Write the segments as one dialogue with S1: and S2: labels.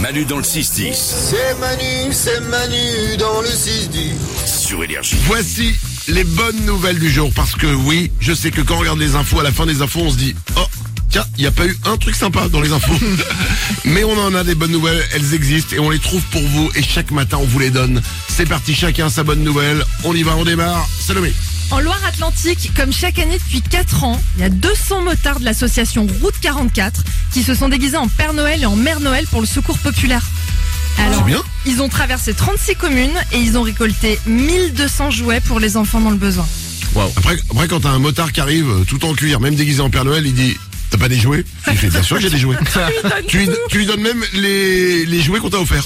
S1: Manu dans le 6-10
S2: C'est Manu, c'est Manu dans le 6-10.
S1: sur Énergie.
S3: Voici les bonnes nouvelles du jour. Parce que oui, je sais que quand on regarde les infos, à la fin des infos, on se dit Oh, tiens, il n'y a pas eu un truc sympa dans les infos. Mais on en a des bonnes nouvelles, elles existent et on les trouve pour vous. Et chaque matin, on vous les donne. C'est parti, chacun sa bonne nouvelle. On y va, on démarre. Salomé.
S4: En Loire-Atlantique, comme chaque année depuis 4 ans, il y a 200 motards de l'association Route 44 qui se sont déguisés en Père Noël et en Mère Noël pour le secours populaire.
S3: C'est
S5: Ah,
S4: Alors,
S3: bien.
S4: ils ont traversé 36 communes et ils ont récolté 1200 jouets pour les enfants dans le besoin.
S3: Après, après, quand t'as un motard qui arrive euh, tout en cuir, même déguisé en Père Noël, il dit T'as pas des jouets Il fait Bien sûr que j'ai des jouets. tu, lui, tu lui donnes même les, les jouets qu'on t'a offerts.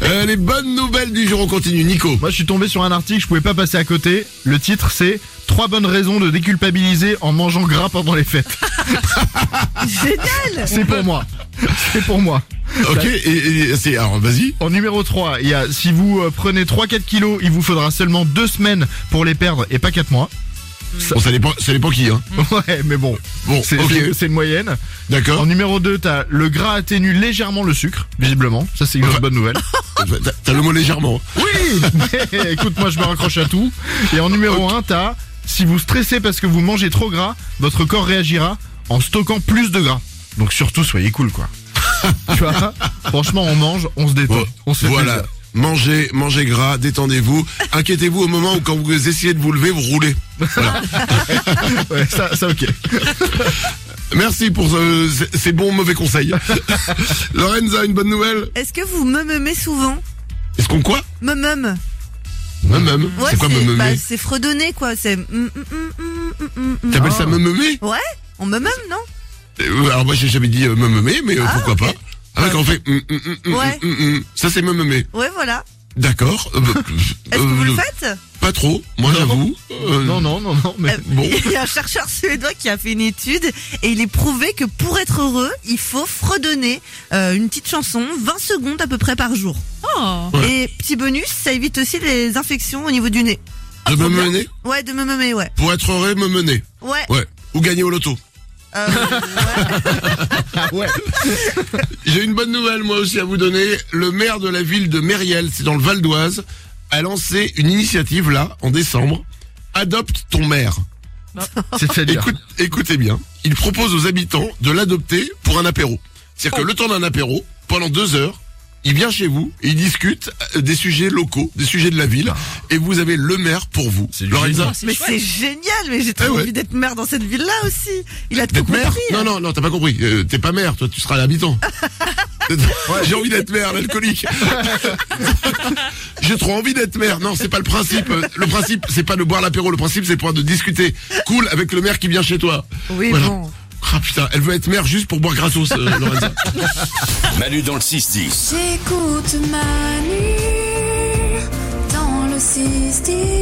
S3: Euh, les bonnes nouvelles du jour, on continue. Nico.
S6: Moi, je suis tombé sur un article, je pouvais pas passer à côté. Le titre, c'est Trois bonnes raisons de déculpabiliser en mangeant gras pendant les fêtes.
S4: Génial
S6: C'est pour moi. C'est pour moi.
S3: Ok, et, et- c'est. Alors, vas-y.
S6: En numéro 3, il y a si vous euh, prenez 3-4 kilos, il vous faudra seulement 2 semaines pour les perdre et pas 4 mois.
S3: Bon, ça dépend, ça dépend qui, hein.
S6: Ouais, mais bon,
S3: Bon,
S6: c'est
S3: ok. Hein
S6: c'est- c'est une moyenne. En
S3: D'accord.
S6: numéro 2, t'as le gras atténue légèrement le sucre, visiblement. Ça, c'est une autre bonne nouvelle.
S3: T'as- T'as le mot légèrement.
S6: Oui mais Écoute, moi je me raccroche à tout. Et en numéro 1, t'as si vous stressez parce que vous mangez trop gras, votre corps réagira en stockant plus de gras. Donc surtout soyez cool quoi. tu vois Franchement, on mange, on se détend,
S3: Bon,
S6: on se fait
S3: voilà.
S6: plaisir.
S3: Mangez, mangez gras, détendez-vous. Inquiétez-vous au moment où quand vous essayez de vous lever, vous roulez.
S6: Ouais, ça, ça ok.
S3: Merci pour ce- ces- ces bons mauvais conseils. Lorenza, une bonne nouvelle
S5: Est-ce que vous me meumez souvent
S3: Est-ce qu'on quoi
S5: Me meume.
S3: Même, même.
S5: Ouais,
S3: c'est quoi me
S5: bah,
S3: meumer
S5: C'est fredonner quoi. C'est. mm, mm, mm, mm, mm, mm, mm.
S3: T'appelles ça me meumer
S5: Ouais, on me meume, non
S3: Euh, Alors moi j'ai jamais dit euh, me meumer, mais euh, pourquoi pas Ah ouais, quand on fait hum, hum, hum, hum,
S5: Ouais.
S3: hum, hum, hum, ça c'est me meumer.
S5: Ouais, voilà.
S3: D'accord. Euh, bah,
S5: Est-ce que
S3: euh,
S5: vous le
S3: euh,
S5: faites
S3: Pas trop, moi j'avoue. Euh,
S6: Non, non, non, non, mais.
S5: Euh,
S3: Bon.
S5: Il y a un chercheur suédois qui a fait une étude et il est prouvé que pour être heureux, il faut fredonner euh, une petite chanson 20 secondes à peu près par jour.
S3: Ouais.
S5: Et petit bonus, ça évite aussi les infections au niveau du nez.
S3: De me
S5: trop bien.
S3: mener
S5: Ouais, de me meumer, ouais.
S3: Pour être heureux, me mener.
S5: Ouais.
S3: Ouais. Ou gagner au loto.
S5: euh, ouais.
S6: Ouais.
S3: J'ai une bonne nouvelle moi aussi à vous donner. Le maire de la ville de Mériel, c'est dans le Val d'Oise, a lancé une initiative là, en décembre. Adopte ton maire.
S6: C'est-à-dire.
S3: Écoute- écoutez bien, il propose aux habitants de l'adopter pour un apéro. C'est-à-dire que le temps d'un apéro, pendant deux heures, il vient chez vous, il discute euh, des sujets locaux, des sujets de la ville, et vous avez le maire pour vous. Lorenza,
S5: Mais c'est génial, mais j'ai trop
S3: Eh ouais.
S5: envie d'être mère dans cette ville-là aussi. Il a tout
S3: d'être
S5: compris. hein.
S3: maire Non, non, non, t'as pas compris. Euh, T'es pas maire, toi, tu seras l'habitant. J'ai envie d'être maire, l'alcoolique. J'ai trop envie d'être maire. Non, c'est pas le principe. Euh, Le principe, c'est pas de boire l'apéro. Le principe, c'est de pouvoir de discuter cool avec le maire qui vient chez toi.
S5: Oui,
S3: Voilà.
S5: bon.
S3: Ah putain, elle veut être mère juste pour boire gratos, euh, Lorenza.
S1: Manu dans le 6-10.
S7: J'écoute Manu dans le 6-10.